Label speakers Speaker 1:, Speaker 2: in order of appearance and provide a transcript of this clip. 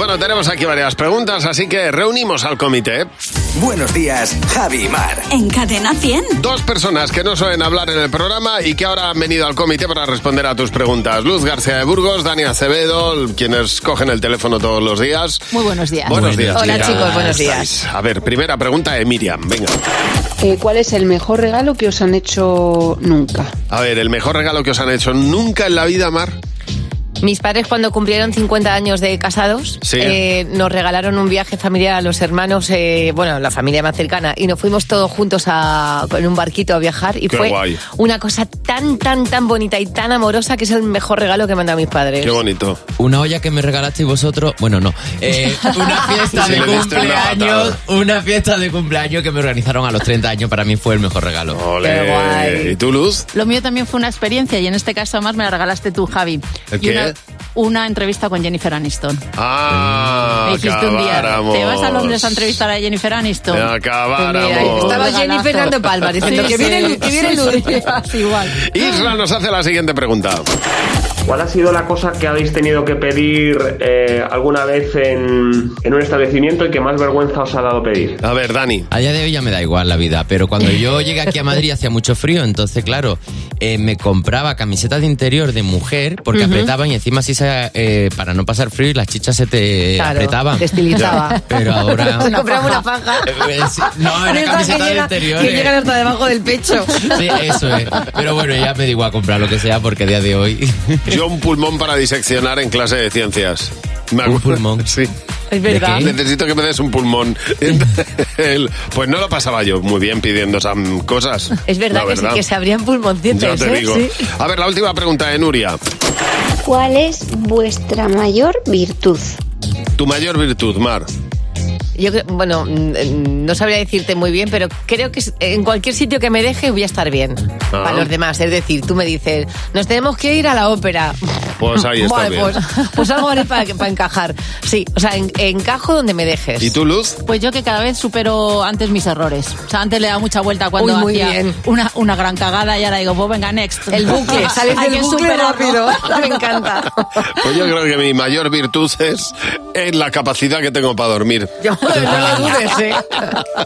Speaker 1: Bueno, tenemos aquí varias preguntas, así que reunimos al comité.
Speaker 2: Buenos días, Javi y Mar.
Speaker 3: En cadena 100.
Speaker 1: Dos personas que no suelen hablar en el programa y que ahora han venido al comité para responder a tus preguntas. Luz García de Burgos, Dani Acevedo, quienes cogen el teléfono todos los días.
Speaker 4: Muy buenos días.
Speaker 1: Buenos días.
Speaker 4: Hola
Speaker 1: chicas.
Speaker 4: chicos, buenos días.
Speaker 1: Estáis. A ver, primera pregunta de Miriam, venga.
Speaker 5: Eh, ¿Cuál es el mejor regalo que os han hecho nunca?
Speaker 1: A ver, el mejor regalo que os han hecho nunca en la vida, Mar.
Speaker 4: Mis padres cuando cumplieron 50 años de casados
Speaker 1: Sí.
Speaker 4: eh, nos regalaron un viaje familiar a los hermanos, eh, bueno, la familia más cercana, y nos fuimos todos juntos a, en un barquito a viajar y
Speaker 1: Qué
Speaker 4: fue
Speaker 1: guay.
Speaker 4: una cosa tan, tan, tan bonita y tan amorosa que es el mejor regalo que me han dado mis padres.
Speaker 1: Qué bonito.
Speaker 6: Una olla que me regalasteis vosotros, bueno, no. Eh, una fiesta
Speaker 1: Sí,
Speaker 6: de
Speaker 1: le diste una
Speaker 6: cumpleaños,
Speaker 1: patada.
Speaker 6: una fiesta de cumpleaños que me organizaron a los 30 años, para mí fue el mejor regalo.
Speaker 1: Ole.
Speaker 4: Qué guay.
Speaker 1: ¿Y tú, Luz?
Speaker 7: Lo mío también fue una experiencia y en este caso además me la regalaste tú, Javi.
Speaker 1: ¿El
Speaker 7: Y
Speaker 1: qué?
Speaker 7: Una, una entrevista con Jennifer Aniston.
Speaker 1: Ah,
Speaker 7: Me dijiste un día,
Speaker 1: acabáramos.
Speaker 7: te vas a Londres a entrevistar a Jennifer Aniston.
Speaker 1: Acabáramos.
Speaker 7: Pues mira,
Speaker 4: Estaba
Speaker 7: Regalazo.
Speaker 4: Jennifer dando palmas diciendo
Speaker 7: Sí,
Speaker 4: que
Speaker 7: sí.
Speaker 4: viene Luz, que viene Luz.
Speaker 7: Igual.
Speaker 1: Isra nos hace la siguiente pregunta.
Speaker 8: ¿Cuál ha sido la cosa que habéis tenido que pedir eh, alguna vez en, en un establecimiento y que más vergüenza os ha dado pedir?
Speaker 1: A ver, Dani.
Speaker 6: A día de hoy ya me da igual la vida, pero cuando yo llegué aquí a Madrid hacía mucho frío, entonces claro, eh, me compraba camisetas de interior de mujer porque apretaban y encima así se, eh, para no pasar frío y las chichas se te
Speaker 4: Claro,
Speaker 6: apretaban.
Speaker 4: te estilizaba.
Speaker 6: Ya, Pero ahora...
Speaker 4: Nos compramos una faja.
Speaker 6: Eh, sí, No, era
Speaker 4: Esa
Speaker 6: camiseta de
Speaker 4: llega-
Speaker 6: interior.
Speaker 4: que
Speaker 6: eh.
Speaker 4: llegan hasta debajo del pecho.
Speaker 6: Sí, eso es. Pero bueno, ya me digo a comprar lo que sea porque a día de hoy...
Speaker 1: Yo un pulmón para diseccionar en clase de ciencias. Me
Speaker 6: ¿Un
Speaker 1: acu-
Speaker 6: pulmón?
Speaker 1: Sí.
Speaker 4: Es
Speaker 6: ¿De
Speaker 4: verdad.
Speaker 6: qué?
Speaker 1: Necesito que me des un pulmón. El- pues no lo pasaba yo muy bien pidiendo esas cosas.
Speaker 4: Es verdad,
Speaker 1: La
Speaker 4: que, se- que se abrían pulmoncitos.
Speaker 1: Ya te
Speaker 4: ¿eh?
Speaker 1: digo.
Speaker 4: Sí.
Speaker 1: A ver, la última pregunta de Nuria.
Speaker 9: ¿Cuál es vuestra mayor virtud?
Speaker 1: Tu mayor virtud, Mar.
Speaker 4: Yo creo- bueno, mm, no sabría decirte muy bien, pero creo que es- en cualquier sitio que me deje voy a estar bien
Speaker 1: Ah.
Speaker 4: para los demás. Es decir, tú me dices, nos tenemos que ir a la ópera.
Speaker 1: Pues ahí está
Speaker 4: Vale,
Speaker 1: bien.
Speaker 4: pues, pues algo haré para, para encajar. Sí, o sea, en- encajo donde me dejes.
Speaker 1: ¿Y tú, Luz?
Speaker 7: Pues yo que cada vez supero antes mis errores. O sea, antes le daba mucha vuelta cuando
Speaker 4: Uy, muy
Speaker 7: hacía
Speaker 4: bien.
Speaker 7: Una, una gran cagada y ahora digo, pues venga, next.
Speaker 4: El bucle, sales
Speaker 7: Hay
Speaker 4: del
Speaker 7: que
Speaker 4: bucle
Speaker 7: superarlo.
Speaker 4: rápido. Me encanta.
Speaker 1: Pues yo creo que mi mayor virtud es en la capacidad que tengo para dormir.
Speaker 4: Yo- no lo dudes, ¿eh?